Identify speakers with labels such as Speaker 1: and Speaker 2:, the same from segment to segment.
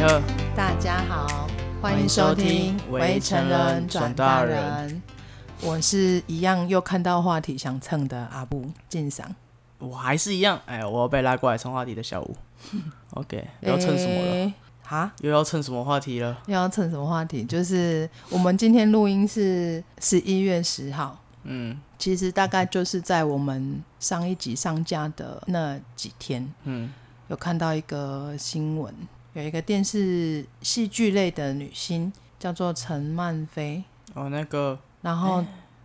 Speaker 1: 哎
Speaker 2: 欢迎收听《围城人转大人》
Speaker 1: 转大，
Speaker 2: 我是一样又看到话题想蹭的阿布晋赏。
Speaker 1: 我还是一样，哎，我要被拉过来蹭话题 的小吴。OK，又要蹭什么了？
Speaker 2: 诶？哈，
Speaker 1: 又要蹭什么话题了？
Speaker 2: 又要蹭什么话题？就是我们今天录音是十一月十号，
Speaker 1: 嗯
Speaker 2: 其实大概就是在我们上一集上架的那几天，
Speaker 1: 嗯，
Speaker 2: 有看到一个新闻，有一个电视戏剧类的女星叫做陈曼菲，
Speaker 1: 哦，那个
Speaker 2: 然
Speaker 1: 哎
Speaker 2: 后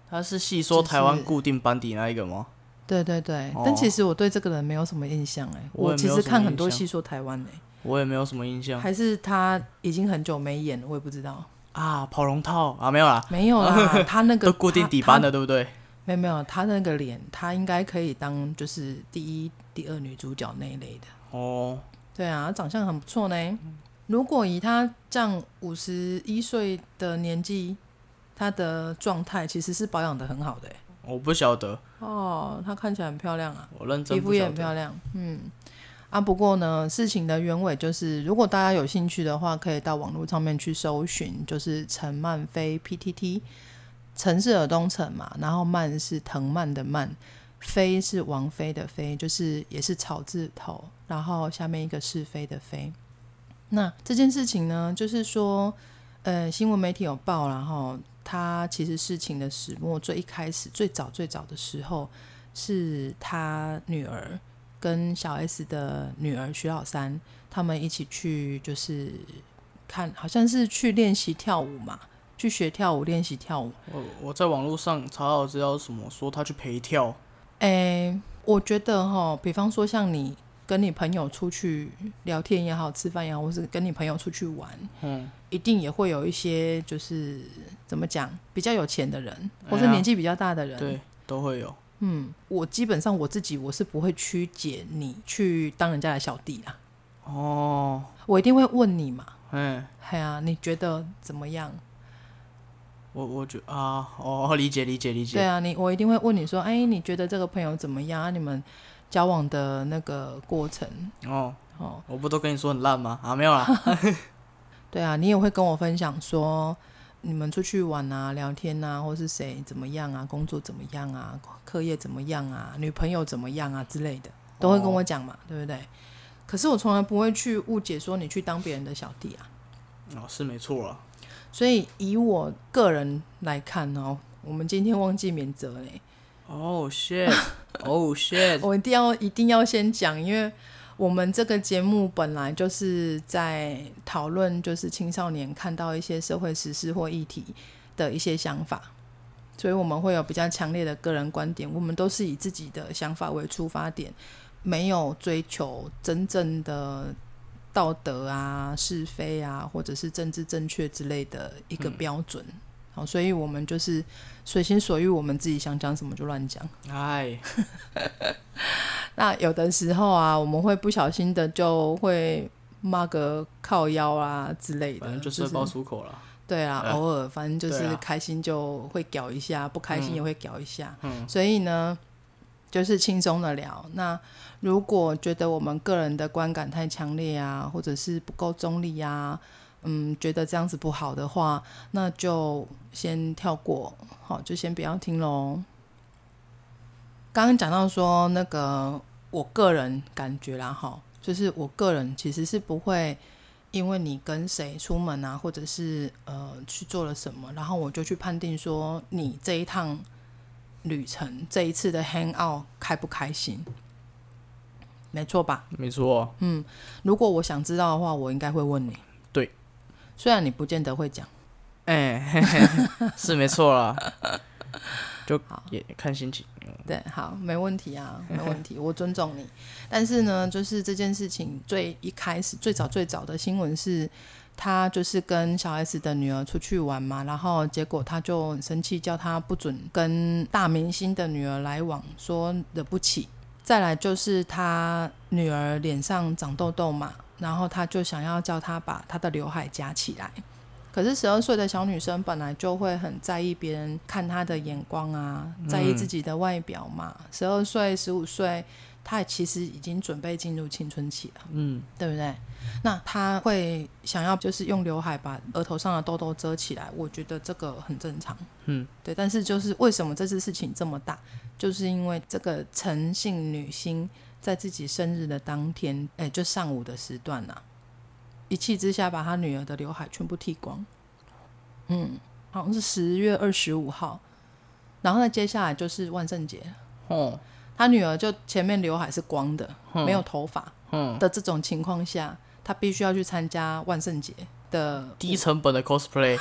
Speaker 1: 他是细说台湾固定班底那一个吗？
Speaker 2: 对对对，
Speaker 1: 哦
Speaker 2: 但其实我对这个人没有什么印象哎、
Speaker 1: 我也
Speaker 2: 我其
Speaker 1: 没有
Speaker 2: 实
Speaker 1: 什么
Speaker 2: 看很多
Speaker 1: 印象
Speaker 2: 戏说台湾哎、
Speaker 1: 我也没有什么印象
Speaker 2: 还是他已经很久没演了，我也不知道。
Speaker 1: 啊。跑龙套啊，没有啦，
Speaker 2: 没有 啦，他那个
Speaker 1: 都固定底班的，，对不对？
Speaker 2: 他没有没有，他那个脸，他应该可以当就是第一、第二女主角那一类的。
Speaker 1: 哦，
Speaker 2: 对啊，长相很不错呢。如果以他这样五十一岁的年纪，他的状态其实是保养的很好的、欸、
Speaker 1: 我不晓得，
Speaker 2: 哦，她看起来很漂亮啊。
Speaker 1: 我认
Speaker 2: 皮
Speaker 1: 真
Speaker 2: 肤
Speaker 1: 不
Speaker 2: 也
Speaker 1: 晓
Speaker 2: 很漂
Speaker 1: 得。
Speaker 2: 亮，嗯。啊，不过呢，事情的原委就是，如果大家有兴趣的话，可以到网络上面去搜寻，就是陈曼菲 PTT，陈是尔东陈嘛，然后曼是藤蔓的蔓，菲是王菲的菲，就是也是草字头，然后下面一个是非的非。那这件事情呢，就是说，呃，新闻媒体有报啦，然后他其实事情的始末最一开始最早最早的时候，是他女儿跟小 S 的女儿徐老三，他们一起去就是看，好像是去练习跳舞嘛，去学跳舞练习跳舞。
Speaker 1: 我我在网络上查到资料，什么说他去陪跳，
Speaker 2: 诶、我觉得哈，比方说像你跟你朋友出去聊天也好，吃饭也好，或是跟你朋友出去玩，
Speaker 1: 嗯，
Speaker 2: 一定也会有一些就是怎么讲，比较有钱的人，或
Speaker 1: 哎
Speaker 2: 是
Speaker 1: 呀
Speaker 2: 年纪比较大的人，
Speaker 1: 对，都会有。
Speaker 2: 嗯，我基本上我自己我是不会曲解你去当人家的小弟啦，
Speaker 1: 哦，
Speaker 2: 我一定会问你嘛，
Speaker 1: 嗯，
Speaker 2: 哎呀、你觉得怎么样？
Speaker 1: 我我觉啊，哦，理解理解理解。
Speaker 2: 对啊，你我一定会问你说，哎，你觉得这个朋友怎么样啊？你们交往的那个过程，
Speaker 1: 哦，
Speaker 2: 哦，
Speaker 1: 我不都跟你说很烂吗？啊，没有 啦。
Speaker 2: 对啊，你也会跟我分享说，你们出去玩啊、聊天啊，或是谁怎么样啊，工作怎么样啊，课业怎么样啊，女朋友怎么样啊之类的，都会跟我讲嘛，对不对？可是我从来不会去误解说你去当别人的小弟啊。
Speaker 1: 哦，是没错啦。
Speaker 2: 所以以我个人来看哦，我们今天忘记免责欸嘞，
Speaker 1: 哦、shit，哦 shit，
Speaker 2: 我一定要一定要先讲，因为我们这个节目本来就是在讨论，就是青少年看到一些社会时事或议题的一些想法，所以我们会有比较强烈的个人观点，我们都是以自己的想法为出发点，没有追求真正的。道德啊、是非啊，或者是政治正确之类的一个标准，好，所以我们就是随心所欲，我们自己想讲什么就乱讲。
Speaker 1: 哎，
Speaker 2: 那有的时候啊，我们会不小心的就会骂个靠腰啊之类的，
Speaker 1: 反正就是爆粗口啦。
Speaker 2: 对啊，
Speaker 1: 呃
Speaker 2: 偶尔反正就
Speaker 1: 对
Speaker 2: 是
Speaker 1: 啊
Speaker 2: 开心就会屌一下，不开心也会屌一下。
Speaker 1: 嗯
Speaker 2: 所以呢，就是轻松的聊。那如果觉得我们个人的观感太强烈啊，或者是不够中立啊，嗯，觉得这样子不好的话，那就先跳过，好，就先不要听喽。刚刚讲到说那个，我个人感觉啦，哈，就是我个人其实是不会。因为你跟谁出门啊，或者是呃去做了什么，然后我就去判定说你这一趟旅程，这一次的 hang out 开不开心，没错吧？
Speaker 1: 没错，
Speaker 2: 如果我想知道的话，我应该会问你。
Speaker 1: 对，
Speaker 2: 虽然你不见得会讲，
Speaker 1: 哎、 嘿嘿是没错啦。就也看心情。
Speaker 2: 对，好，没问题啊，没问题，我尊重你。但是呢，就是这件事情最一开始最早最早的新闻是，他就是跟小 S 的女儿出去玩嘛，然后结果他就很生气，叫他不准跟大明星的女儿来往，说惹不起。再来就是他女儿脸上长痘痘嘛，然后他就想要叫她把她的刘海夹起来。可是十二岁的小女生本来就会很在意别
Speaker 1: 嗯
Speaker 2: 人看她的眼光啊，在意自己的外表嘛。十二岁、十五岁他其实已经准备进入青春期了，
Speaker 1: 嗯，
Speaker 2: 对不对？那他会想要就是用刘海把额头上的痘痘遮起来，我觉得这个很正常。
Speaker 1: 嗯，
Speaker 2: 对。但是就是为什么这次事情这么大，就是因为这个陈姓女星在自己生日的当天，哎，就上午的时段啊呐、一气之下把她女儿的刘海全部剃光。嗯，好像是十月二十五号，然后呢，接下来就是万圣节了。
Speaker 1: 哦，
Speaker 2: 他女儿就前面刘海是光的，没有头发
Speaker 1: 嗯
Speaker 2: 的这种情况下，他必须要去参加万圣节的
Speaker 1: 低成本的 cosplay，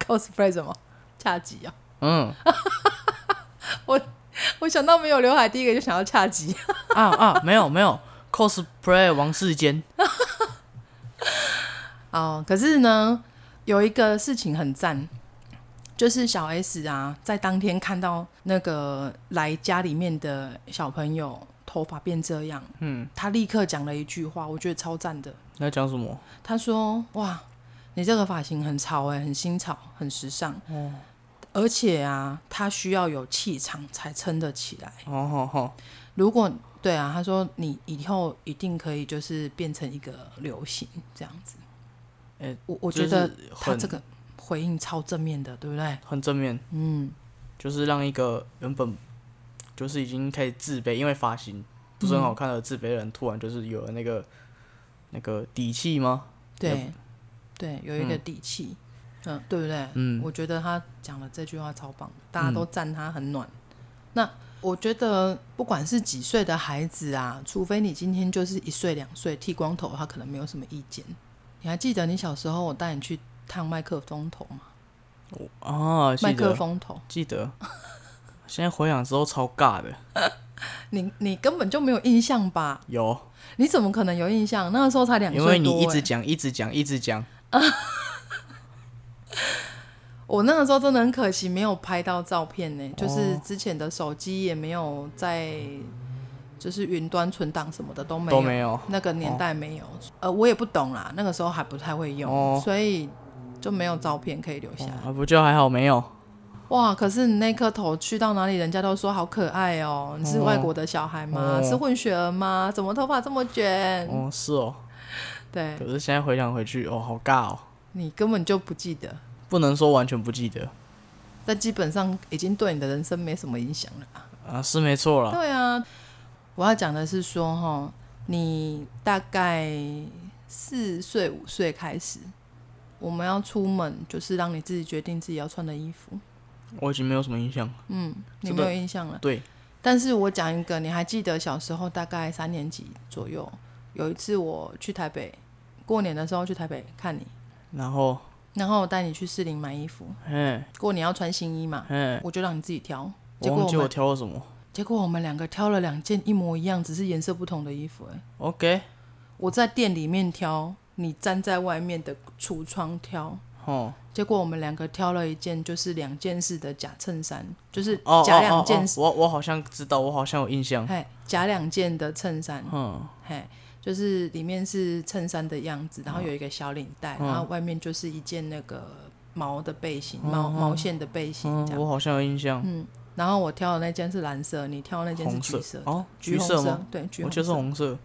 Speaker 2: cosplay 什么恰吉啊！
Speaker 1: 嗯，
Speaker 2: 我想到没有刘海，第一个就想到恰吉。
Speaker 1: 啊啊，没有没有 cosplay 王世坚，
Speaker 2: 哦，可是呢，有一个事情很赞，就是小 S 啊，在当天看到那个来家里面的小朋友头发变这样，嗯，他立刻讲了一句话，我觉得超赞的。
Speaker 1: 你要讲什么？
Speaker 2: 他说：“哇，你这个发型很潮哎、很新潮，很时尚。哦，而且啊，他需要有气场才撑得起来。
Speaker 1: 哦哦哦，
Speaker 2: 如果对啊，他说你以后一定可以就是变成一个流行这样子。
Speaker 1: 哎
Speaker 2: 我我
Speaker 1: 就
Speaker 2: 觉得
Speaker 1: 是
Speaker 2: 他
Speaker 1: 很
Speaker 2: 这个回应超正面的，对不对？
Speaker 1: 很正面，嗯，就是让一个原本就是已经开始自卑，因为发型不是很好看的自卑的人，突然就是有了那个那个底气吗？
Speaker 2: 对，对，有一个底气，嗯、对不对？
Speaker 1: 嗯，
Speaker 2: 我觉得他讲的这句话超棒的，大家都赞他很暖。
Speaker 1: 嗯
Speaker 2: 那我觉得不管是几岁的孩子啊，除非你今天就是一岁两岁剃光头，他可能没有什么意见。你还记得你小时候我带你去烫麦克风头吗？
Speaker 1: 啊，记
Speaker 2: 麦克
Speaker 1: 得
Speaker 2: 风头，
Speaker 1: 记得， 现在回想之后超尬的，
Speaker 2: 你你根本就没有印象吧？
Speaker 1: 有，
Speaker 2: 你怎么可能有印象？那个时候才两岁
Speaker 1: 因
Speaker 2: 多、欸。
Speaker 1: 为你一直讲，一直讲，一直讲，
Speaker 2: 我那个时候真的很可惜，没有拍到照片呢、就是
Speaker 1: 哦
Speaker 2: 之前的手机也没有在，就是云端存档什么的都没
Speaker 1: 都
Speaker 2: 有，
Speaker 1: 没有，
Speaker 2: 那个年代没有，呃，我也不懂啦，那个时候还不太会用，
Speaker 1: 哦
Speaker 2: 所以就没有照片可以留下来。
Speaker 1: 啊，不就还好没有，
Speaker 2: 哇，可是你那颗头去到哪里，人家都说好可爱哦、你是
Speaker 1: 哦
Speaker 2: 外国的小孩吗？
Speaker 1: 哦
Speaker 2: 是混血儿吗？怎么头发这么卷？
Speaker 1: 哦，是哦，
Speaker 2: 对
Speaker 1: 可是现在回想回去，哦，好尬哦，
Speaker 2: 你根本就不记得，
Speaker 1: 不能说完全不记得
Speaker 2: 但基本上已经对你的人生没什么影响了。
Speaker 1: 啊，是没错啦，
Speaker 2: 对啊，我要讲的是说，哈，你大概四岁五岁开始，我们要出门，就是让你自己决定自己要穿的衣服。
Speaker 1: 我已经没有什么印象了，
Speaker 2: 嗯，你
Speaker 1: 这
Speaker 2: 没
Speaker 1: 个
Speaker 2: 有印象了。
Speaker 1: 对，
Speaker 2: 但是我讲一个，你还记得小时候大概三年级左右，有一次我去台北过年的时候去台北看你，
Speaker 1: 然后，
Speaker 2: 然后我带你去士林买衣服，
Speaker 1: 嘿，
Speaker 2: 过年要穿新衣嘛，
Speaker 1: 嘿，
Speaker 2: 我就让你自己挑。结
Speaker 1: 我
Speaker 2: 果
Speaker 1: 忘
Speaker 2: 我
Speaker 1: 记我
Speaker 2: 们
Speaker 1: 挑了什么
Speaker 2: 结果我们两个挑了两件一模一样，只是颜色不同的衣服、欸。
Speaker 1: ，OK，
Speaker 2: 我在店里面挑，你站在外面的橱窗挑。
Speaker 1: 哦，
Speaker 2: 结果我们两个挑了一件，就是两件式的假衬衫，就是
Speaker 1: 哦，
Speaker 2: 假
Speaker 1: 哦
Speaker 2: 两
Speaker 1: 哦
Speaker 2: 件
Speaker 1: 哦，我我好像知道，我好像有印象，
Speaker 2: 嘿，假两件的衬衫，
Speaker 1: 嗯，
Speaker 2: 嘿，就是里面是衬衫的样
Speaker 1: 哦
Speaker 2: 子，然后有一个小领带，然后外面就是一件那个毛的背心，
Speaker 1: 哦
Speaker 2: 毛毛线的背心
Speaker 1: 嗯
Speaker 2: 这样。
Speaker 1: 我好像有印象，
Speaker 2: 然后我挑的那件是蓝色，你挑的那件是
Speaker 1: 红
Speaker 2: 嗯橘色，
Speaker 1: 哦，
Speaker 2: 橘
Speaker 1: 橘
Speaker 2: 红
Speaker 1: 色吗？？
Speaker 2: 对，橘
Speaker 1: 我
Speaker 2: 红
Speaker 1: 记得是
Speaker 2: 色。
Speaker 1: 红色，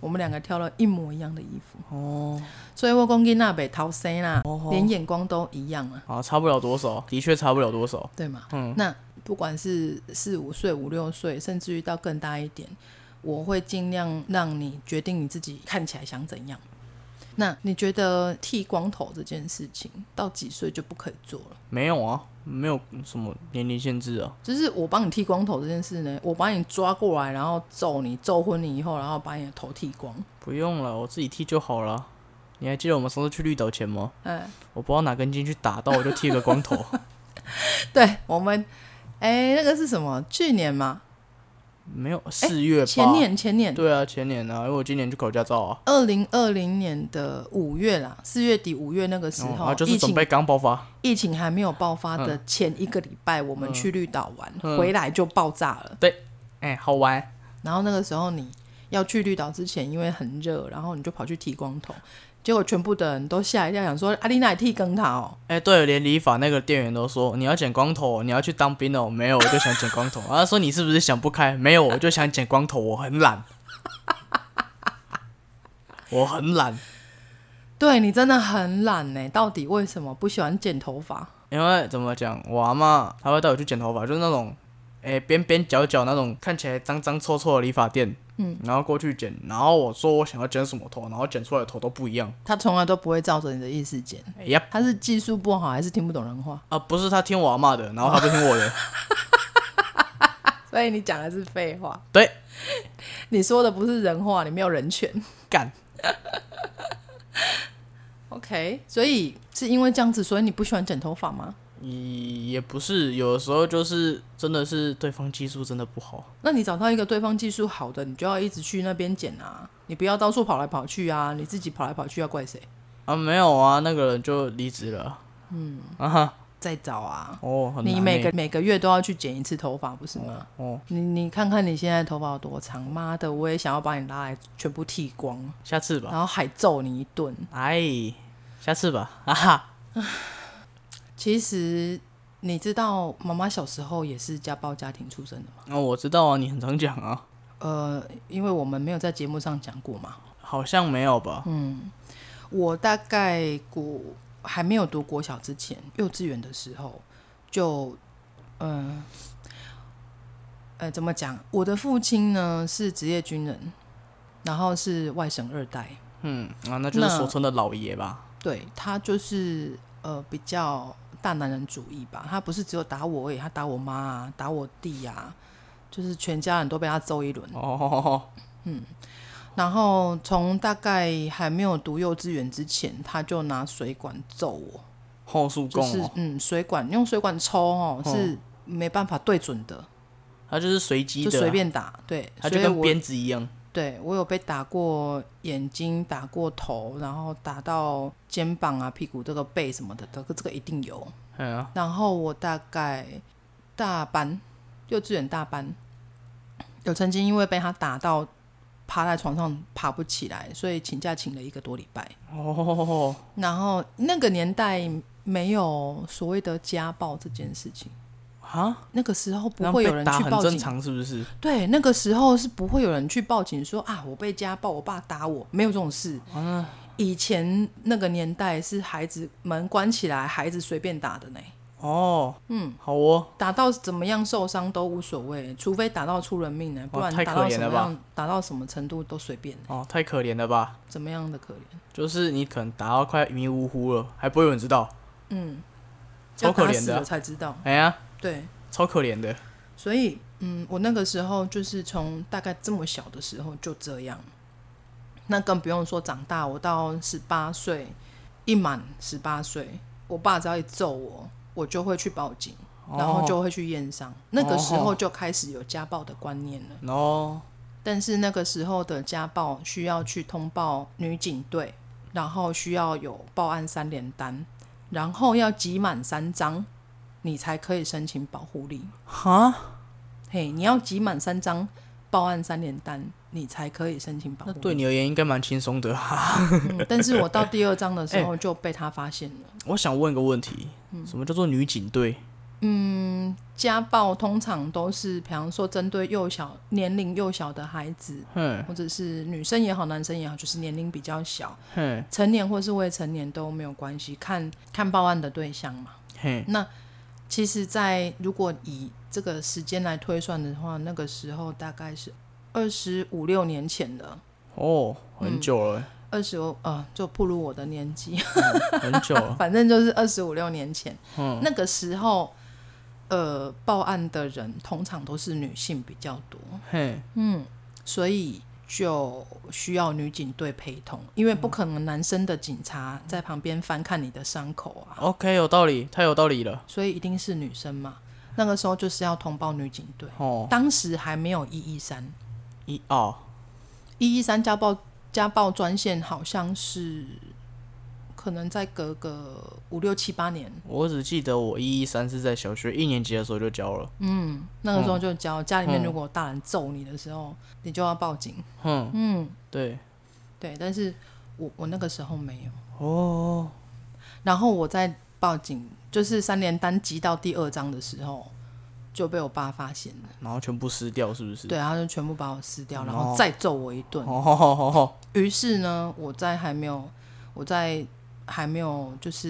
Speaker 2: 我们两个挑了一模一样的衣服，
Speaker 1: 哦，
Speaker 2: 所以我讲囡仔袂偷生啦，
Speaker 1: 哦吼
Speaker 2: 连眼光都一样啊。
Speaker 1: 好，差不了多少，的确差不了多少，
Speaker 2: 对嘛？
Speaker 1: 嗯
Speaker 2: 那不管是四五岁、五六岁，甚至于到更大一点，我会尽量让你决定你自己看起来想怎样。那你觉得剃光头这件事情到几岁就不可以做了？
Speaker 1: 没有啊，没有什么年龄限制啊，
Speaker 2: 就是我帮你剃光头这件事呢，我把你抓过来，然后揍你，揍昏你以后，然后把你的头剃光。
Speaker 1: 不用了，我自己剃就好了。你还记得我们上次去绿岛前吗？
Speaker 2: 嗯，
Speaker 1: 我不知道哪根筋去打到，我就剃了个 光头。
Speaker 2: 对我们，哎、那个是什么？去年嘛，
Speaker 1: 没有四月
Speaker 2: 哎
Speaker 1: 吧？
Speaker 2: 前年，前年，
Speaker 1: 对啊，前年啊，因为我今年去考驾照啊，
Speaker 2: 二零二零年的五月啦，四月底五月那个时
Speaker 1: 然
Speaker 2: 候，
Speaker 1: 后、啊、就
Speaker 2: 哦疫
Speaker 1: 是准
Speaker 2: 情
Speaker 1: 备嗯刚爆发。
Speaker 2: 疫情还没有爆发的前一个礼拜，我
Speaker 1: 嗯
Speaker 2: 们去绿岛玩，回来就爆炸了。
Speaker 1: 哎、好玩，
Speaker 2: 然后那个时候你要去绿岛之前，因为很热，然后你就跑去剃光头。结果全部的人都吓一跳，想说啊阿丽娜剃跟他哦，
Speaker 1: 哎、对，连理发那个店员都说你要剪光头，你要去当兵哦。没有，我就想剪光头。然后他说你是不是想不开？没有，我就想剪光头，我很 懒，我很懒。
Speaker 2: 对你真的很懒呢，到底为什么不喜欢剪头发？
Speaker 1: 因为怎么讲，我阿妈她会带我去剪头发，就是那种，哎、边边角角那种看起来脏脏臭臭的理发店，嗯，然后过去剪，然后我说我想要剪什么头，然后剪出来的头都不一样。
Speaker 2: 他从来都不会照着你的意思剪，
Speaker 1: 哎、呀，
Speaker 2: 他是技术不好还是听不懂人话？
Speaker 1: 啊，不是他听我阿妈的，然后他不听 我的，
Speaker 2: 所以你讲的是废话，
Speaker 1: 对，
Speaker 2: 你说的不是人话，你没有人权。
Speaker 1: 干，
Speaker 2: OK，所以是因为这样子，所以你不喜欢剪头发吗？
Speaker 1: 也也不是，有的时候就是真的是对方技术真的不好。
Speaker 2: 那你找到一个对方技术好的，你就要一直去那边剪啊，你不要到处跑来跑去啊，你自己跑来跑去要怪谁？
Speaker 1: 啊，没有啊，那个人就离职了。嗯啊哈，
Speaker 2: 再找啊，
Speaker 1: 哦，很难
Speaker 2: 你每
Speaker 1: 欸
Speaker 2: 个每个月都要去剪一次头发，不是吗？
Speaker 1: 哦，
Speaker 2: 你你看看你现在头发有多长，妈的，我也想要把你拉来全部剃光，
Speaker 1: 下次吧，
Speaker 2: 然后还揍你一顿。
Speaker 1: 哎，下次吧，哈哈，
Speaker 2: 其实你知道妈妈小时候也是家暴家庭出身的吗？
Speaker 1: 那、我知道啊，你很常讲啊，
Speaker 2: 呃，因为我们没有在节目上讲过嘛，
Speaker 1: 好像没有吧？
Speaker 2: 我大概国还没有读国小之前，幼稚园的时候就，嗯、呃，怎么讲？我的父亲呢是职业军人，然后是外省二代，
Speaker 1: 嗯啊，那就是
Speaker 2: 那
Speaker 1: 俗称的老爷吧？
Speaker 2: 对他就是呃比较大男人主义吧。他不是只有打我而已，他打我妈啊，打我弟啊，就是全家人都被他揍一轮。
Speaker 1: 哦，
Speaker 2: 然后从大概还没有读幼稚园之前，他就拿水管揍我。
Speaker 1: 后树
Speaker 2: 就
Speaker 1: 供
Speaker 2: 是
Speaker 1: 哦，
Speaker 2: 嗯，水管用水管抽哦，
Speaker 1: 哦
Speaker 2: 是没办法对准的，
Speaker 1: 他就是随机
Speaker 2: 就
Speaker 1: 的啊，
Speaker 2: 随便打。对，
Speaker 1: 他
Speaker 2: 所
Speaker 1: 就
Speaker 2: 以
Speaker 1: 跟
Speaker 2: 我
Speaker 1: 鞭子一样。
Speaker 2: 对我有被打过眼睛，打过头，然后打到肩膀啊、屁股、这个背什么的，这个这个一定有。
Speaker 1: 嗯啊，
Speaker 2: 然后我大概大班，幼稚园大班，有曾经因为被他打到趴在床上爬不起来，所以请假请了一个多礼拜。
Speaker 1: 哦，
Speaker 2: 然后那个年代没有所谓的家暴这件事情。
Speaker 1: 啊，
Speaker 2: 那个时候不
Speaker 1: 那
Speaker 2: 会有
Speaker 1: 被
Speaker 2: 人
Speaker 1: 打
Speaker 2: 去
Speaker 1: 很
Speaker 2: 报
Speaker 1: 正
Speaker 2: 警，
Speaker 1: 常，是不是？
Speaker 2: 对，那个时候是不会有人去报警说啊，我被家暴，我爸打我，没有这种事。以前那个年代是孩子门关起来，孩子随便打的呢，
Speaker 1: 哦，嗯，好哦，
Speaker 2: 打到怎么样受伤都无所谓，除非打到出人命呢，不
Speaker 1: 哇
Speaker 2: 然
Speaker 1: 太
Speaker 2: 打
Speaker 1: 可
Speaker 2: 到
Speaker 1: 怜
Speaker 2: 什么
Speaker 1: 了吧
Speaker 2: 样，打到什么程度都随便呢，
Speaker 1: 哦，太可怜了吧？
Speaker 2: 怎么样的可怜，
Speaker 1: 就是你可能打到快迷迷糊糊了，还不会有人知道。
Speaker 2: 嗯，
Speaker 1: 超可
Speaker 2: 要打
Speaker 1: 怜
Speaker 2: 死
Speaker 1: 的啊
Speaker 2: 了才知道，
Speaker 1: 哎呀，
Speaker 2: 对，
Speaker 1: 超可怜的。
Speaker 2: 所以，嗯，我那个时候就是从大概这么小的时候就这样，那更不用说长大，我到十八岁一满十八岁，我爸只要一揍我，我就会去报警，然后就会去验伤。那个时候就开始有家暴的观念了，
Speaker 1: 然后
Speaker 2: 但是那个时候的家暴需要去通报女警队，然后需要有报案三联单，然后要集满三张，你才可以申请保护令。
Speaker 1: 哈，
Speaker 2: 嘿，你要集满三张报案三联单，你才可以申请保护
Speaker 1: 那
Speaker 2: 令。
Speaker 1: 对你而言应该蛮轻松的啊哈、
Speaker 2: 嗯但是我到第二章的
Speaker 1: 哎
Speaker 2: 时候就被他发现了。
Speaker 1: 我想问个问题，
Speaker 2: 嗯
Speaker 1: 什么叫做女警队？
Speaker 2: 家暴通常都是，比方说针对幼小年龄幼小的孩子，
Speaker 1: 哼
Speaker 2: 或者是女生也好，男生也好，就是年龄比较小，
Speaker 1: 哼
Speaker 2: 成年或是未成年都没有关系，看看报案的对象嘛。
Speaker 1: 嘿，
Speaker 2: 其实在如果以这个时间来推算的话，那个时候大概是二十五六年前了。
Speaker 1: 哦，
Speaker 2: 嗯
Speaker 1: 很久了，
Speaker 2: 二十五呃，就步入我的年纪，。
Speaker 1: 很久了
Speaker 2: 反正就是二十五六年前，那个时候，呃，报案的人通常都是女性比较多，
Speaker 1: 嘿，
Speaker 2: 所以就需要女警队陪同，因为不可能男生的警察在旁边翻看你的伤口啊，
Speaker 1: OK，有道理，太有道理了。
Speaker 2: 所以一定是女生嘛。那个时候就是要通报女警队，
Speaker 1: 哦，
Speaker 2: 当时还没有一一三，
Speaker 1: 一哦，
Speaker 2: 一一三家暴家暴专线好像是可能再隔个五六七八年。
Speaker 1: 我只记得我一一三是在小学一年级的时候就教了。
Speaker 2: 嗯，那个时候就教、家里
Speaker 1: 嗯
Speaker 2: 面如果大人揍你的时候，你就要报警。
Speaker 1: 哼，嗯，对，
Speaker 2: 对，但是我我那个时候没有。
Speaker 1: 哦，
Speaker 2: 然后我在报警，就是三连单集到第二章的时候，就被我爸发现了。
Speaker 1: 然后全部撕掉是不是？
Speaker 2: 对，他就全部把我撕掉，然
Speaker 1: 哦
Speaker 2: 后再揍我一顿。
Speaker 1: 哦，好好好好，
Speaker 2: 于是呢，我在还没有，我在还没有，就是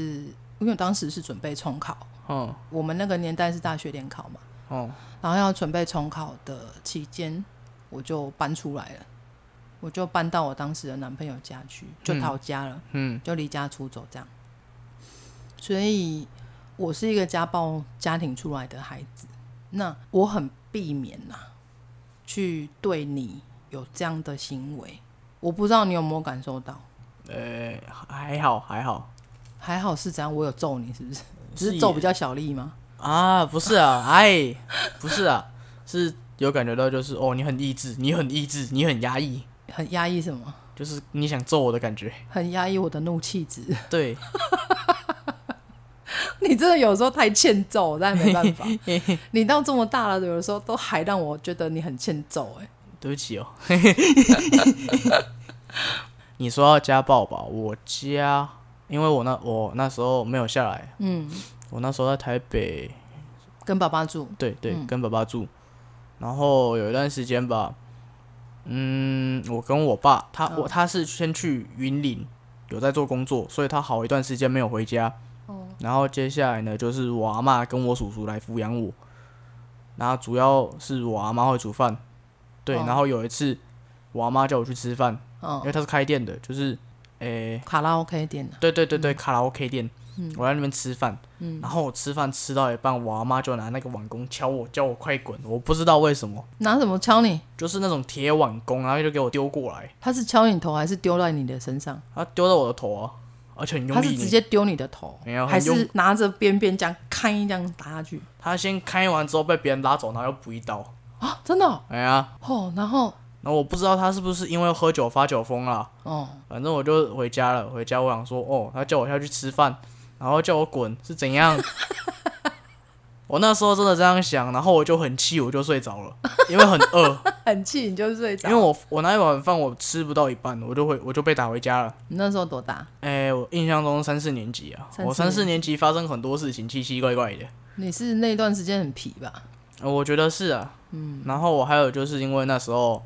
Speaker 2: 因为我当时是准备重考，
Speaker 1: 嗯，
Speaker 2: 我们那个年代是大学联考嘛，
Speaker 1: 哦，
Speaker 2: 然后要准备重考的期间，我就搬出来了，我就搬到我当时的男朋友家去，就逃家了，
Speaker 1: 嗯，
Speaker 2: 就离家出走这样。所以，我是一个家暴家庭出来的孩子，那我很避免呐、去对你有这样的行为。我不知道你有没有感受到，
Speaker 1: 呃，还好还好
Speaker 2: 还好是怎样，我有揍你是不是？只
Speaker 1: 是
Speaker 2: 是
Speaker 1: 也
Speaker 2: 揍比较小力吗？
Speaker 1: 啊，不是啊，哎，不是啊，是有感觉到就是哦，你很抑制，你很抑制，你很压抑，
Speaker 2: 很压抑什么？
Speaker 1: 就是你想揍我的感觉，
Speaker 2: 很压抑我的怒气值。
Speaker 1: 对，
Speaker 2: 你真的有时候太欠揍，我真的没 办法。你到这么大了，有的时候都还让我觉得你很欠揍、哎，
Speaker 1: 对不起哦。 你说到家暴吧，我家，因为我那我那时候没有下来，嗯，我那时候在台北，
Speaker 2: 跟爸爸住，
Speaker 1: 对对，跟爸爸住，然后有一段时间吧，嗯，我跟我爸，他、我他是先去云林，有在做工作，所以他好一段时间没有回家，哦，然后接下来呢，就是我阿妈跟我叔叔来抚养我，然后主要是我阿妈会煮饭，对，
Speaker 2: 哦
Speaker 1: 然后有一次我阿妈叫我去吃饭，因
Speaker 2: 嗯，
Speaker 1: 为他是开店的，就是，诶、
Speaker 2: 卡拉 OK 店啊，
Speaker 1: 对对对对，卡拉 OK 店，
Speaker 2: 嗯
Speaker 1: 我在那边吃饭，然后我吃饭吃到一半，我阿妈就拿那个碗弓敲我，叫我快滚，我不知道为什么，
Speaker 2: 拿什么敲你？
Speaker 1: 就是那种铁碗弓，然后就给我丢过来，
Speaker 2: 他是敲你头还是丢在你的身上？
Speaker 1: 她丢到我的头啊，而且很
Speaker 2: 他
Speaker 1: 用
Speaker 2: 是
Speaker 1: 力
Speaker 2: 直
Speaker 1: 呢，
Speaker 2: 接丢你的头
Speaker 1: 没有，很
Speaker 2: 还
Speaker 1: 用
Speaker 2: 是拿着边边这样开这样打下 去
Speaker 1: 她先开完之后被别人拉走，然后又补一刀，
Speaker 2: 啊？真的哦，
Speaker 1: 哎呀，
Speaker 2: 哦然后
Speaker 1: 然后我不知道她是不是因为喝酒发酒疯了。
Speaker 2: 哦，
Speaker 1: 反正我就回家了。回家我想说，哦，他叫我下去吃饭，然后叫我滚，是怎样？ 我那时候真的这样想，然后我就很气，我就睡着了，因为很饿，
Speaker 2: 很气你就睡着。
Speaker 1: 因为我我那一碗饭我吃不到一半，我就回我就被打回家了。
Speaker 2: 你那时候多大？
Speaker 1: 哎、我印象中三四年级啊，
Speaker 2: 三四
Speaker 1: 我三四
Speaker 2: 年
Speaker 1: 年级发生很多事情，奇奇怪怪的。
Speaker 2: 你是那段时间很皮吧？
Speaker 1: 呃我觉得是啊，嗯。然后我还有就是因为那时候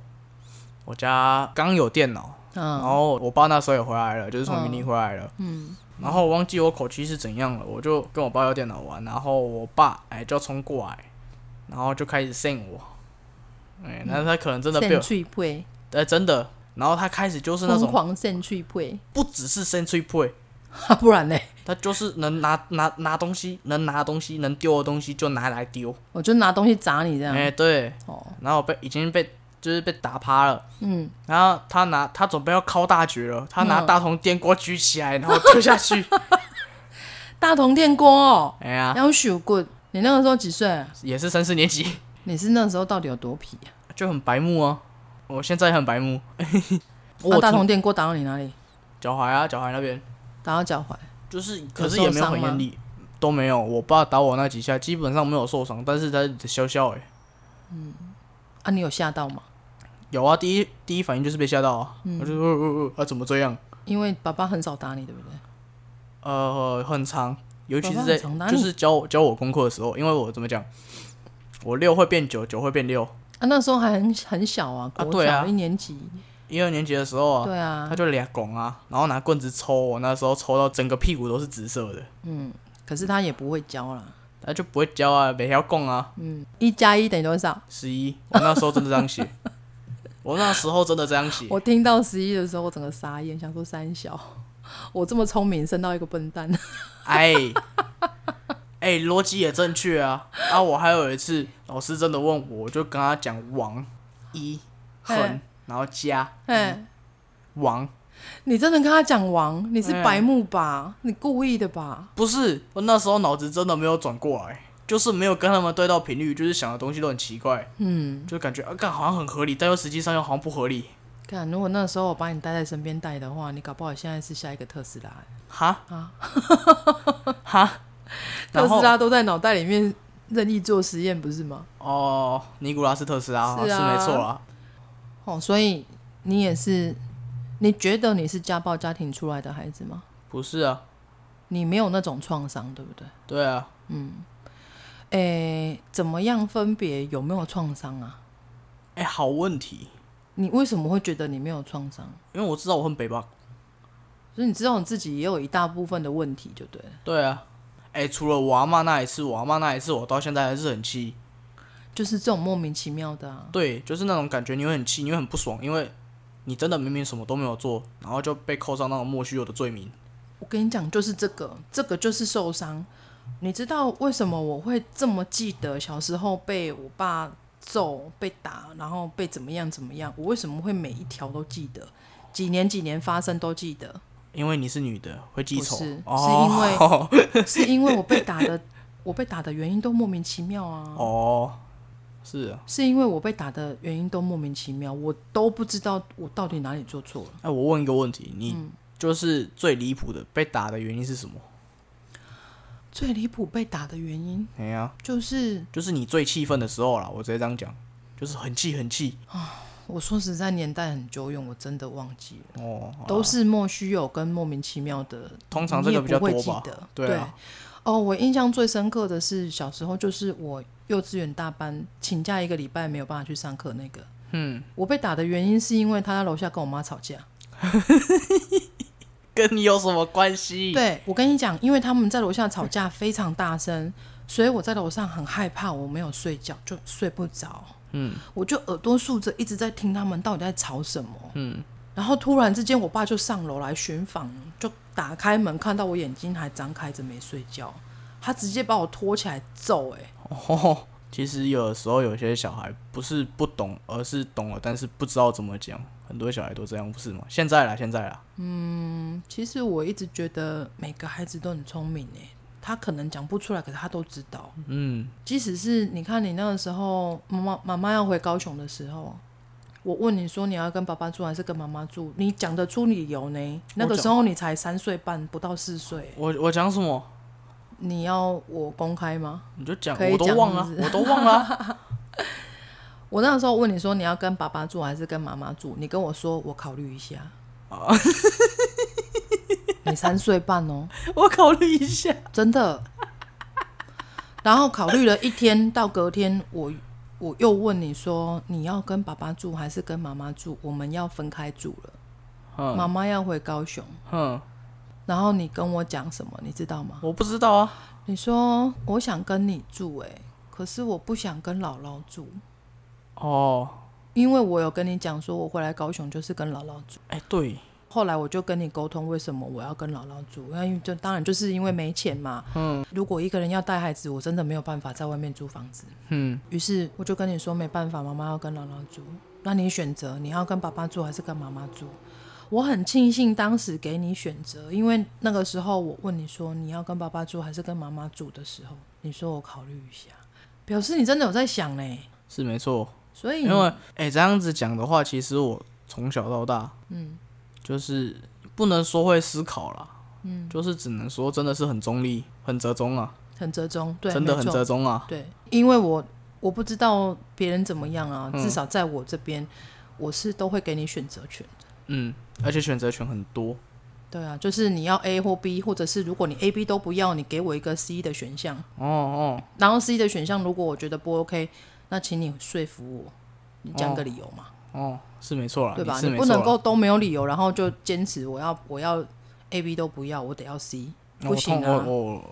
Speaker 1: 我家刚有电脑，然
Speaker 2: 嗯，
Speaker 1: 后我爸那时候也回来了，就是从云林回来了。嗯，然后我忘记我口气是怎样了，我就跟我爸要电脑玩，然后我爸哎就冲过来，然后就开始 s 我，哎，那他可能真的
Speaker 2: 嗯
Speaker 1: 被
Speaker 2: 扇
Speaker 1: 我，
Speaker 2: 脆配，
Speaker 1: 哎、真的，然后他开始就是那
Speaker 2: 疯
Speaker 1: 种
Speaker 2: 狂扇脆配，
Speaker 1: 不只是 s 吹破，
Speaker 2: 啊不然嘞，
Speaker 1: 他就是能拿拿拿东西，能拿东西，能丢的东西就拿来丢，
Speaker 2: 我就拿东西砸你这样。
Speaker 1: 哎、对，
Speaker 2: 哦，
Speaker 1: 然后我被已经被就是被打趴了，
Speaker 2: 嗯，
Speaker 1: 然后他拿他准备要敲大绝了，他拿大铜电锅举起来，然后丢下 去，
Speaker 2: 大同电锅哦，
Speaker 1: 哎呀。
Speaker 2: 要修棍。你那个时候几岁啊？
Speaker 1: 也是三四年级，
Speaker 2: 你是那时候到底有多皮啊？
Speaker 1: 就很白目啊。我现在也很白目，
Speaker 2: 那
Speaker 1: 我
Speaker 2: 啊大
Speaker 1: 从
Speaker 2: 同电锅打到你哪里？
Speaker 1: 脚踝啊，脚踝那边
Speaker 2: 打到脚踝。
Speaker 1: 就是，可是也没有很
Speaker 2: 受伤吗
Speaker 1: 严厉，都没有。我爸打我那几下，基本上没有受伤，但是他笑笑哎，
Speaker 2: 啊，你有吓到吗？
Speaker 1: 有啊，第一第一反应就是被吓到啊，
Speaker 2: 嗯
Speaker 1: 我就呃呃呃，啊怎么这样？
Speaker 2: 因为爸爸很少打你，对不对？
Speaker 1: 呃，很长，尤其
Speaker 2: 爸
Speaker 1: 是
Speaker 2: 爸
Speaker 1: 在
Speaker 2: 很常打
Speaker 1: 就
Speaker 2: 你
Speaker 1: 是教我教我功课的时候，因为我怎么讲，我六会变九，九会变六，
Speaker 2: 啊，那时候还很很小啊，
Speaker 1: 啊
Speaker 2: 国
Speaker 1: 对啊
Speaker 2: 小一年级。
Speaker 1: 一二年级的时候啊，
Speaker 2: 对啊
Speaker 1: 他，就俩拱啊，然后拿棍子抽我，那时候抽到整个屁股都是紫色的，
Speaker 2: 可是他也不会教啦。
Speaker 1: 他就不会教啊，每条供啊，
Speaker 2: 一加一等于多少？
Speaker 1: 十一，我那时候真的这 样写，我那时候真的这样写。
Speaker 2: 我听到十一的时候，我整个傻眼，想说三小， 我这么聪明，生到一个笨蛋。
Speaker 1: 哎，哎，逻辑也正确啊。啊，我还有一次，老师真的问我，我就跟他讲王一横
Speaker 2: 哎，
Speaker 1: 然后加
Speaker 2: 哎，
Speaker 1: 王，
Speaker 2: 你真的跟他讲王？你是
Speaker 1: 哎
Speaker 2: 白目吧？你故意的吧？
Speaker 1: 不是我那时候脑子真的没有转过来，就是没有跟他们对到频率，就是想的东西都很奇怪，
Speaker 2: 嗯。
Speaker 1: 就感觉啊，干好像很合理，但又实际上又好像不合理。
Speaker 2: 看，如果那时候我把你带在身边带的话，你搞不好现在是下一个特斯拉欸。
Speaker 1: 哈哈，然
Speaker 2: 特
Speaker 1: 后
Speaker 2: 斯拉都在脑袋里面任意做实验，不是吗？
Speaker 1: 哦，尼古拉斯特斯拉
Speaker 2: 是啊
Speaker 1: 是没错啦，
Speaker 2: 哦，所以你也是你觉得你是家暴家庭出来的孩子吗？
Speaker 1: 不是啊，
Speaker 2: 你没有那种创伤，对不对？
Speaker 1: 对啊，
Speaker 2: 诶，怎么样分别有没有创伤啊？
Speaker 1: 哎、好问题，
Speaker 2: 你为什么会觉得你没有创伤？
Speaker 1: 因为我知道我很北吧。
Speaker 2: 所以你知道你自己也有一大部分的问题，就对了。
Speaker 1: 对啊，哎、除了我阿妈那一次，我阿妈那一次，我到现在还是很气。
Speaker 2: 就是这种莫名其妙的啊。
Speaker 1: 对，就是那种感觉，你会很气，你会很不爽，因为你真的明明什么都没有做，然后就被扣上那种莫须有的罪名。
Speaker 2: 我跟你讲，就是这个，这个就是受伤。你知道为什么我会这么记得小时候被我爸揍、被打，然后被怎么样怎么样？我为什么会每一条都记得？几年几年发生都记得，
Speaker 1: 因为你是女的，会记
Speaker 2: 不
Speaker 1: 仇。
Speaker 2: 是，
Speaker 1: 哦，是因为
Speaker 2: 是因为我被打的，我被打的原因都莫名其妙啊。
Speaker 1: 哦，是啊。
Speaker 2: 是因为我被打的原因都莫名其妙，我都不知道我到底哪里做错了。
Speaker 1: 哎、我问一个问题，你
Speaker 2: 嗯
Speaker 1: 就是最离谱的被打的原因是什么？
Speaker 2: 最离谱被打的原因
Speaker 1: 哎呀、
Speaker 2: 就是，
Speaker 1: 就是你最气愤的时候啦，我直接这样讲，就是很气很气。
Speaker 2: 我说实在年代很久远，我真的忘记了，
Speaker 1: 哦，
Speaker 2: 都是莫须有跟莫名其妙的，
Speaker 1: 通常这个比较
Speaker 2: 你也不
Speaker 1: 多
Speaker 2: 会记
Speaker 1: 吧？
Speaker 2: 得。
Speaker 1: 对啊
Speaker 2: 哦，我印象最深刻的是小时候，就是我幼稚园大班请假一个礼拜没有办法去上课那个。嗯，我被打的原因是因为他在楼下跟我妈吵架。
Speaker 1: 跟你有什么关系？
Speaker 2: 对，我跟你讲，因为他们在楼下吵架非常大 声，所以我在楼上很害怕，我没有睡觉就睡不着。嗯，我就耳朵竖着，一直在听他们到底在吵什么。嗯，然后突然之间，我爸就上楼来巡访，就打开门看到我眼睛还张开着没睡觉，他直接把我拖起来揍、欸。
Speaker 1: 哦， 其实有的时候有些小孩不是不懂，而是懂了，但是不知道怎么讲。很多小孩都这样，不是吗？现在啦，现在啦，
Speaker 2: 其实我一直觉得每个孩子都很聪明诶、他可能讲不出来，可是他都知道。
Speaker 1: 嗯，
Speaker 2: 即使是你看你那个时候，妈妈妈妈要回高雄的时候，我问你说你要跟爸爸住还是跟妈妈住，你讲得出理由呢？那个时候你才三岁半，不到四岁，
Speaker 1: 我我讲什么
Speaker 2: 你要我公开吗？
Speaker 1: 你就讲，
Speaker 2: 可以
Speaker 1: 我都
Speaker 2: 讲
Speaker 1: 忘了啊
Speaker 2: 是，
Speaker 1: 我都忘了。
Speaker 2: 我那个时候问你说你要跟爸爸住还是跟妈妈住，你跟我说我考虑一下。你三岁半哦，
Speaker 1: 我考虑一下。
Speaker 2: 真的。然后考虑了一天到隔天，我我又问你说你要跟爸爸住还是跟妈妈住？我们要分开住了，
Speaker 1: 嗯
Speaker 2: 妈妈要回高雄。
Speaker 1: 哼，
Speaker 2: 然后你跟我讲什么？你知道吗？
Speaker 1: 我不知道啊。
Speaker 2: 你说我想跟你住、欸，可是我不想跟姥姥住，
Speaker 1: 哦，
Speaker 2: 因为我有跟你讲说我回来高雄就是跟姥姥住。
Speaker 1: 哎、对，
Speaker 2: 后来我就跟你沟通，为什么我要跟姥姥住？因为就当然就是因为没钱嘛。嗯，如果一个人要带孩子，我真的没有办法在外面租房子。
Speaker 1: 嗯，
Speaker 2: 于是我就跟你说没办法，妈妈要跟姥姥住，那你选择你要跟爸爸住还是跟妈妈住？我很庆幸当时给你选择，因为那个时候我问你说你要跟爸爸住还是跟妈妈住的时候，你说我考虑一下，表示你真的有在想嘞。
Speaker 1: 是没错。
Speaker 2: 所以
Speaker 1: 因为哎、这样子讲的话，其实我从小到大，嗯，就是不能说会思考啦，嗯，就是只能说真的是很中立，很折中啊，
Speaker 2: 很折中，对，
Speaker 1: 真的很
Speaker 2: 没错
Speaker 1: 折中啊。
Speaker 2: 对，因为我我不知道别人怎么样啊，
Speaker 1: 嗯
Speaker 2: 至少在我这边，我是都会给你选择权。
Speaker 1: 嗯，而且选择权很多。
Speaker 2: 对啊，就是你要 A 或 B，或者是如果你 A、B 都不要，你给我一个 C 的选项。
Speaker 1: 哦哦，
Speaker 2: 然后 C 的选项如果我觉得不 OK，那请你说服我，你讲个理由嘛，
Speaker 1: 哦，是没错啦，
Speaker 2: 对吧？
Speaker 1: 你是
Speaker 2: 你
Speaker 1: 没
Speaker 2: 不
Speaker 1: 错啦啊
Speaker 2: 能够都没有理由，然后就坚持我要我要 A、B 都不要，我得要 C，
Speaker 1: 哦我
Speaker 2: 不行
Speaker 1: 通
Speaker 2: 啊。
Speaker 1: 我我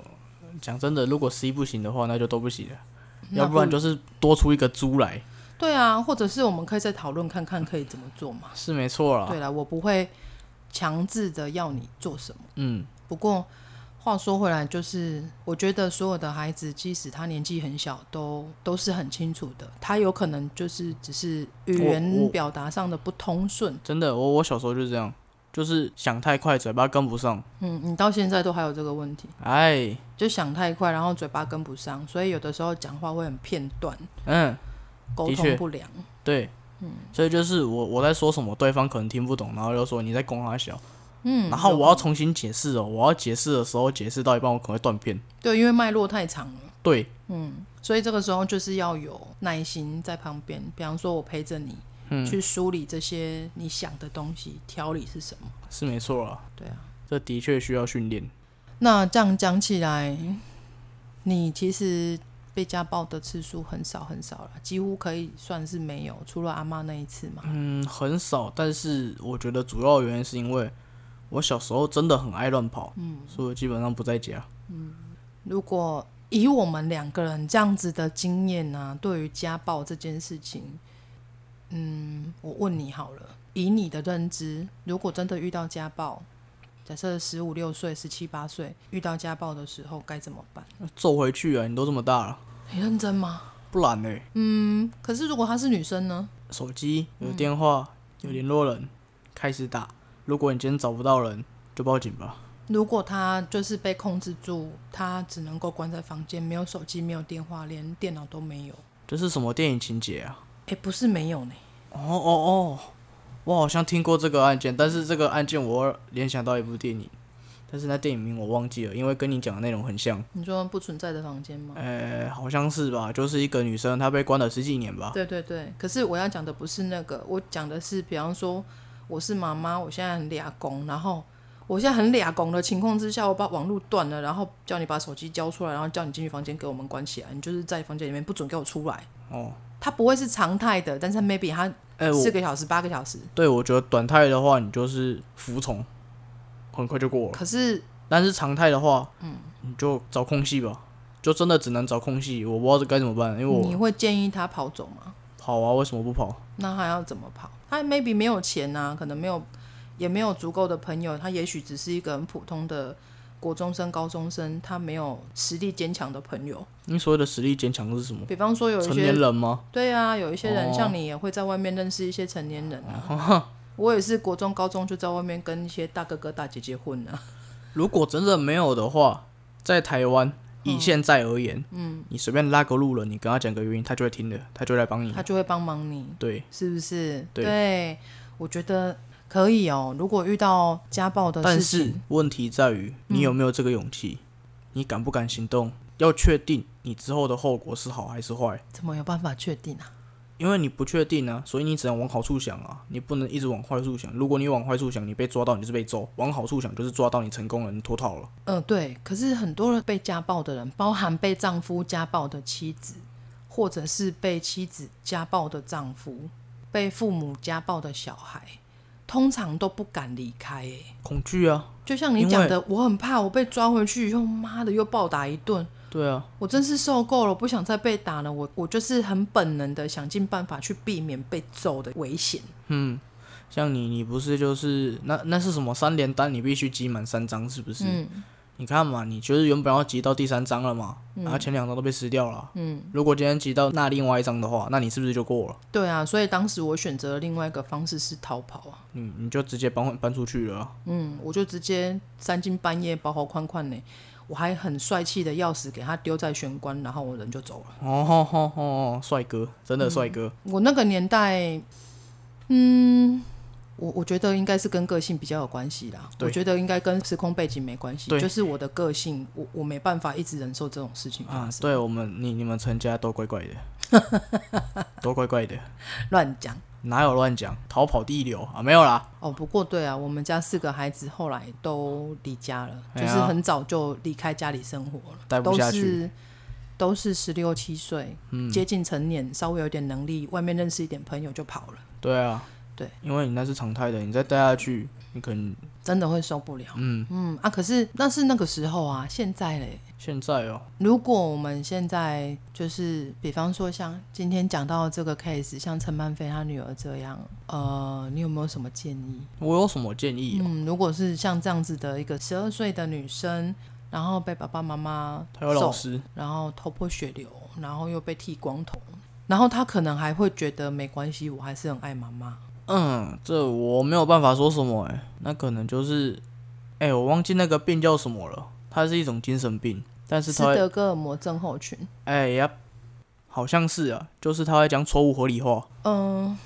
Speaker 1: 讲真的，如果 C 不行的话，那就都不行了，
Speaker 2: 那
Speaker 1: 要不然就是多出一个猪来，
Speaker 2: 对啊，或者是我们可以再讨论看看可以怎么做嘛。
Speaker 1: 是没错啦。
Speaker 2: 对了，我不会强制的要你做什么。
Speaker 1: 嗯，
Speaker 2: 不过话说回来，就是我觉得所有的孩子，即使他年纪很小，都都是很清楚的。他有可能就是只是语
Speaker 1: 我
Speaker 2: 言
Speaker 1: 我
Speaker 2: 表达上的不通顺。
Speaker 1: 真的，我我小时候就是这样，就是想太快，嘴巴跟不上，
Speaker 2: 嗯，你到现在都还有这个问题，
Speaker 1: 哎，
Speaker 2: 就想太快，然后嘴巴跟不上，所以有的时候讲话会很片段，
Speaker 1: 嗯，
Speaker 2: 沟
Speaker 1: 的
Speaker 2: 通
Speaker 1: 确
Speaker 2: 不良。
Speaker 1: 对，
Speaker 2: 嗯
Speaker 1: 所以就是我我在说什么，对方可能听不懂，然后就说你在攻他小，嗯，然后我要重新解释哦，我要解释的时候解释到一半，我可能会断片。
Speaker 2: 对，因为脉络太长了。
Speaker 1: 对，
Speaker 2: 所以这个时候就是要有耐心在旁边，比方说我陪着你，去梳理这些你想的东西，条理是什么？
Speaker 1: 是没错啊，
Speaker 2: 对啊。
Speaker 1: 这的确需要训练。
Speaker 2: 那这样讲起来，你其实被家暴的次数很少很少了，几乎可以算是没有，除了阿妈那一次嘛。
Speaker 1: 嗯，很少，但是我觉得主要原因是因为我小时候真的很爱乱跑，嗯，所以我基本上不在家。
Speaker 2: 如果以我们两个人这样子的经验呢、对于家暴这件事情，嗯，我问你好了，以你的认知，如果真的遇到家暴，假设十五六岁、十七八岁遇到家暴的时候该怎么办？
Speaker 1: 揍回去啊！你都这么大了，
Speaker 2: 你认真吗？
Speaker 1: 不然呢？
Speaker 2: 嗯，可是如果她是女生呢？
Speaker 1: 手机有电话，有联络人，开始打。如果你今天找不到人，就报警吧。
Speaker 2: 如果她就是被控制住，她只能够关在房间，没有手机，没有电话，连电脑都没有。
Speaker 1: 这是什么电影情节啊？
Speaker 2: 诶，不是没有呢，
Speaker 1: 哦哦哦，我好像听过这个案件，但是这个案件我联想到一部电影，但是那电影名我忘记了，因为跟你讲的内容很像。
Speaker 2: 你说不存在的房间吗？
Speaker 1: 呃，好像是吧，就是一个女生，她被关了十几年吧。
Speaker 2: 对对对，可是我要讲的不是那个，我讲的是，比方说我是妈妈，我现在很俩工，然后我现在很俩工的情况之下，我把网络断了，然后叫你把手机交出来，然后叫你进去房间给我们关起来，你就是在房间里面不准给我出来。
Speaker 1: 哦，
Speaker 2: 它不会是常态的，但是 maybe 它
Speaker 1: 哎、我
Speaker 2: 四个小时、八个小时，
Speaker 1: 对我觉得短态的话，你就是服从，很快就过了。
Speaker 2: 可是
Speaker 1: 但是常态的话，嗯，你就找空隙吧，就真的只能找空隙。我不知道该怎么办，因为
Speaker 2: 你
Speaker 1: 我
Speaker 2: 会建议他跑走吗？
Speaker 1: 跑啊，为什么不跑？
Speaker 2: 那他要怎么跑？他 maybe 没有钱啊，可能没有，也没有足够的朋友，他也许只是一个很普通的国中生、高中生，他没有实力坚强的朋友。
Speaker 1: 你所谓的实力坚强是什么？
Speaker 2: 比方说有一
Speaker 1: 成年
Speaker 2: 些，
Speaker 1: 人吗？
Speaker 2: 对啊，有一些人
Speaker 1: 哦
Speaker 2: 像你也会在外面认识一些成年人啊。 我也是国中、高中就在外面跟一些大哥哥、大姐姐混啊。
Speaker 1: 如果真的没有的话，在台湾以现在而言，嗯，你随便拉个路人，你跟他讲个原因，他就会听的，他就会来帮你
Speaker 2: 他。就会帮忙你，
Speaker 1: 对，
Speaker 2: 是不是？
Speaker 1: 嗯对
Speaker 2: 我觉得可以哦。如果遇到家暴的
Speaker 1: 但
Speaker 2: 事情，
Speaker 1: 是问题在于你有没有这个勇气，你敢不敢行动？要确定你之后的后果是好还是坏。
Speaker 2: 怎么有办法确定啊？
Speaker 1: 因为你不确定啊，所以你只能往好处想啊，你不能一直往坏处想。如果你往坏处想，你被抓到你就是被揍；往好处想就是抓到你成功了，你脱逃了。
Speaker 2: 嗯，对。可是很多人被家暴的人，包含被丈夫家暴的妻子，或者是被妻子家暴的丈夫，被父母家暴的小孩，通常都不敢离开、欸。
Speaker 1: 恐惧啊，
Speaker 2: 就像你
Speaker 1: 因为
Speaker 2: 讲的，我很怕我被抓回去以后，妈的又暴打一顿，
Speaker 1: 对啊，
Speaker 2: 我真是受够了，不想再被打了。我我就是很本能的想尽办法去避免被揍的危险。
Speaker 1: 像你，你不是就是那那是什么三连单？你必须集满三张，是不是？
Speaker 2: 嗯
Speaker 1: 你看嘛，你就是原本要集到第三张了嘛，然后前两张都被撕掉了。
Speaker 2: 嗯，
Speaker 1: 如果今天集到那另外一张的话，那你是不是就过了？
Speaker 2: 对啊，所以当时我选择了另外一个方式是逃跑啊。
Speaker 1: 嗯，你就直接搬搬出去了啊。
Speaker 2: 嗯，我就直接三更半夜包包宽宽呢，我还很帅气的钥匙给他丢在玄关，然后我人就走了。
Speaker 1: 哦吼吼吼，帅哥，真的帅哥。
Speaker 2: 我那个年代，嗯，我我觉得应该是跟个性比较有关系啦。
Speaker 1: 对
Speaker 2: 我觉得应该跟时空背景没关系，
Speaker 1: 对
Speaker 2: 就是我的个性，我我没办法一直忍受这种事情发
Speaker 1: 啊，
Speaker 2: 生。
Speaker 1: 对我们你你们陈家都怪 怪的，都怪怪的，
Speaker 2: 乱讲
Speaker 1: 哪有乱讲？逃跑地流啊，没有啦。
Speaker 2: 哦，不过对啊，我们家四个孩子后来都离家了，
Speaker 1: 哎
Speaker 2: 就
Speaker 1: 呀
Speaker 2: 是很早就离开家里生活了。
Speaker 1: 待不
Speaker 2: 都
Speaker 1: 下去嗯
Speaker 2: 是都是十六七岁，接近成年，稍微有点能力，外面认识一点朋友就跑了，
Speaker 1: 对啊，
Speaker 2: 对，
Speaker 1: 因为你那是常态的，你再待下去，你可能
Speaker 2: 真的会受不了。
Speaker 1: 嗯，
Speaker 2: 嗯啊，可是那是那个时候啊，现在嘞，
Speaker 1: 现在哦、
Speaker 2: 如果我们现在就是，比方说像今天讲到这个 case，像陈曼菲她女儿这样，呃，你有没有什么建议？
Speaker 1: 我有什么建议、哦？
Speaker 2: 嗯，如果是像这样子的一个十二岁的女生，然后被爸爸妈妈
Speaker 1: 他有
Speaker 2: 揍
Speaker 1: 老师，
Speaker 2: 然后头破血流，然后又被剃光头，然后他可能还会觉得没关系，我还是很爱妈妈。
Speaker 1: 嗯，这我没有办法说什么哎、那可能就是，哎、我忘记那个病叫什么了，它是一种精神病，但是
Speaker 2: 斯
Speaker 1: 它会
Speaker 2: 德哥尔摩症候群，
Speaker 1: 哎呀、好像是啊，就是他会将错误合理化，
Speaker 2: 嗯，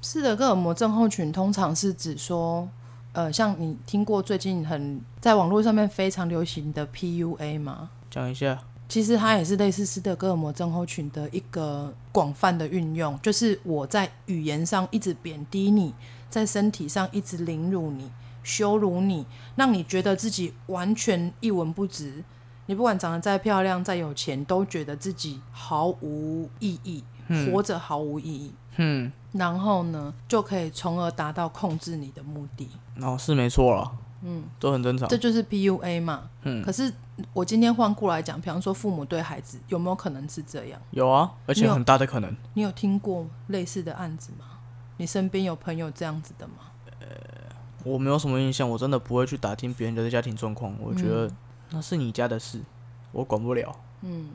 Speaker 2: 斯德哥尔摩症候群通常是指说，呃，像你听过最近很在网络上面非常流行的 PUA 吗？
Speaker 1: 讲一下
Speaker 2: 其实它也是类似斯德哥尔摩症候群的一个广泛的运用，就是我在语言上一直贬低你，在身体上一直凌辱你、羞辱你，让你觉得自己完全一文不值。你不管长得再漂亮、再有钱，都觉得自己毫无意义，活着毫无意义。
Speaker 1: 嗯，
Speaker 2: 然后呢，就可以从而达到控制你的目的。
Speaker 1: 然后是没错了，嗯，都很正常
Speaker 2: 这。就是 PUA 嘛。嗯。可是我今天换过来讲，比方说父母对孩子有没有可能是这样？
Speaker 1: 有啊，而
Speaker 2: 你
Speaker 1: 且
Speaker 2: 有
Speaker 1: 很大的可能。
Speaker 2: 你有听过类似的案子吗？你身边有朋友这样子的吗？
Speaker 1: 我没有什么印象，我真的不会去打听别人的家庭状况，我觉得
Speaker 2: 嗯
Speaker 1: 那是你家的事，我管不了。嗯，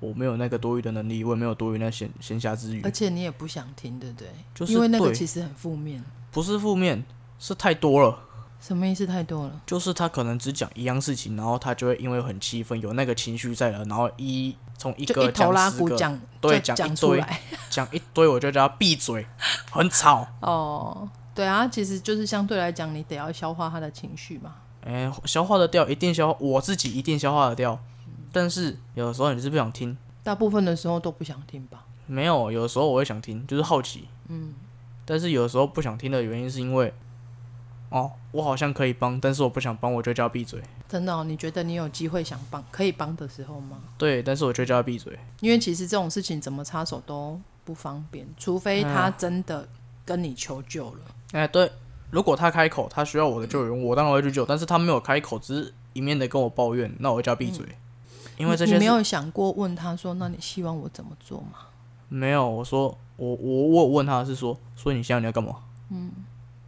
Speaker 1: 我没有那个多余的能力，我也没有多余那闲闲暇之余
Speaker 2: 而，且你也不想听，对不对？
Speaker 1: 就是
Speaker 2: 因为那个
Speaker 1: 对
Speaker 2: 其实很负面，
Speaker 1: 不是负面，是太多了。
Speaker 2: 什么意思太多了。
Speaker 1: 就是他可能只讲一样事情，然后他就会因为很气愤，有那个情绪在了，然后一从一
Speaker 2: 就
Speaker 1: 个
Speaker 2: 一头拉
Speaker 1: 十
Speaker 2: 骨
Speaker 1: 个
Speaker 2: 讲，
Speaker 1: 对
Speaker 2: 就
Speaker 1: 讲
Speaker 2: 讲
Speaker 1: 一
Speaker 2: 出
Speaker 1: 堆
Speaker 2: 来
Speaker 1: 讲一堆，我就叫他闭嘴，很吵。
Speaker 2: 哦，对啊，其实就是相对来讲，你得要消化他的情绪嘛。
Speaker 1: 哎、消化得掉，一定消化，我自己一定消化得掉。但是有的时候你是不想听，
Speaker 2: 大部分的时候都不想听吧？
Speaker 1: 没有，有的时候我会想听，就是好奇。嗯。但是有的时候不想听的原因是因为，哦，我好像可以帮，但是我不想帮，我就叫他闭嘴。
Speaker 2: 真的、哦，你觉得你有机会想帮可以帮的时候吗？
Speaker 1: 对，但是我就叫他闭嘴。
Speaker 2: 因为其实这种事情怎么插手都不方便，除非
Speaker 1: 嗯
Speaker 2: 他真的跟你求救了。
Speaker 1: 哎、对，如果他开口，他需要我的救援，我当然会去救。但是他没有开口，只是一面的跟我抱怨，那我会叫他闭嘴。因为这
Speaker 2: 你
Speaker 1: 些
Speaker 2: 你没
Speaker 1: 事
Speaker 2: 有想过问他说，那你希望我怎么做吗？
Speaker 1: 没有，我说我我我有问他是说，所以你现在你要干嘛？嗯，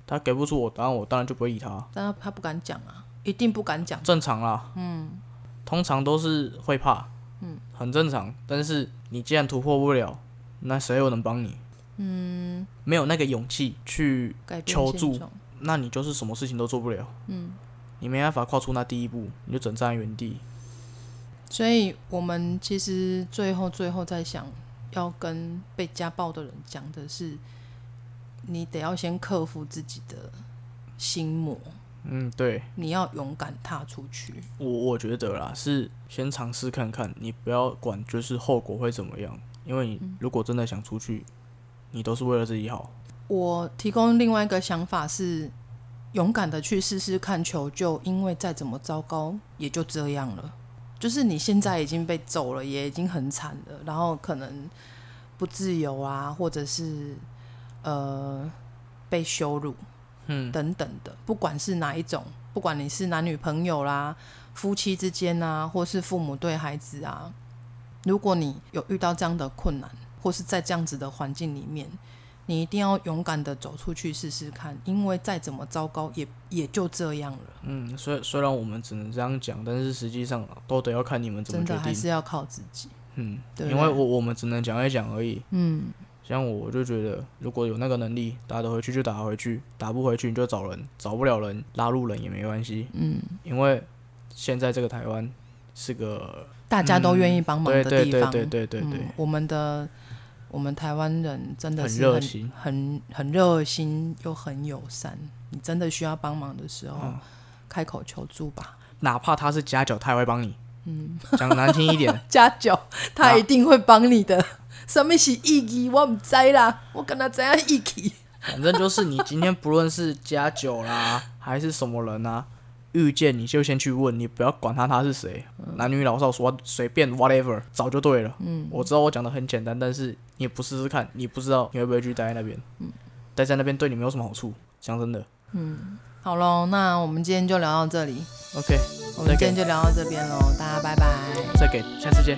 Speaker 1: 他给不出我答案，我当然就不会理他，
Speaker 2: 但他他不敢讲啊，一定不敢讲。
Speaker 1: 正常啦。嗯，通常都是会怕，嗯，很正常。但是你既然突破不了，那谁又能帮你？嗯，没有那个勇气去，
Speaker 2: 改变
Speaker 1: 求
Speaker 2: 现
Speaker 1: 助
Speaker 2: 状，
Speaker 1: 那你就是什么事情都做不了。嗯，你没办法跨出那第一步，你就整站在原地。
Speaker 2: 所以我们其实最后最后在想要跟被家暴的人讲的是，你得要先克服自己的心魔，
Speaker 1: 嗯，对
Speaker 2: 你要勇敢踏出去。
Speaker 1: 我我觉得啦，是先尝试看看，你不要管就是后果会怎么样，因为你
Speaker 2: 嗯
Speaker 1: 如果真的想出去，你都是为了自己好。
Speaker 2: 我提供另外一个想法是，勇敢的去试试看求救，因为再怎么糟糕也就这样了。就是你现在已经被揍了，也已经很惨了，然后可能不自由啊，或者是呃被羞辱，嗯，等等的，不管是哪一种，不管你是男女朋友啦、夫妻之间啊，或是父母对孩子啊，如果你有遇到这样的困难，或是在这样子的环境里面，你一定要勇敢的走出去试试看，因为再怎么糟糕也也就这样了，
Speaker 1: 嗯，虽虽然我们只能这样讲，但是实际上啊都得要看你们怎么
Speaker 2: 真
Speaker 1: 决
Speaker 2: 的还
Speaker 1: 定。
Speaker 2: 是要靠自己。
Speaker 1: 嗯，
Speaker 2: 对不
Speaker 1: 因为
Speaker 2: 对
Speaker 1: 我我们只能讲一讲而已。
Speaker 2: 嗯，
Speaker 1: 像我，我就觉得如果有那个能力，打得回去就打回去，打不回去你就找人，找不了人拉入人也没关系。嗯，因为现在这个台湾是个嗯
Speaker 2: 大家都愿意帮忙的
Speaker 1: 对对
Speaker 2: 地
Speaker 1: 对
Speaker 2: 方，
Speaker 1: 对对对对
Speaker 2: 嗯，我们的我们台湾人真的
Speaker 1: 很
Speaker 2: 是
Speaker 1: 热
Speaker 2: 很
Speaker 1: 心
Speaker 2: 很很热心又很友善。你真的需要帮忙的时候，
Speaker 1: 嗯
Speaker 2: 开口求助吧。，
Speaker 1: 哪怕他是夹角，他也会帮你。嗯，讲难听一点
Speaker 2: 加九，他
Speaker 1: 啊
Speaker 2: 一定会帮你的。什么是意义？我唔知啦，我跟他怎样意义？
Speaker 1: 反正就是你今天不论是加九啦，还是什么人啊，遇见你就先去问，你不要管他他是谁，男女老少说随便 whatever，早就对了。嗯，我知道我讲的很简单，但是你不试试看，你不知道你会不会去待在那边。嗯，待在那边对你没有什么好处，讲真的。
Speaker 2: 好喽，那我们今天就聊到这里。
Speaker 1: OK，
Speaker 2: 我们
Speaker 1: 再
Speaker 2: 今天
Speaker 1: 给
Speaker 2: 就聊到这边喽，大家拜拜。
Speaker 1: 再给，下次见。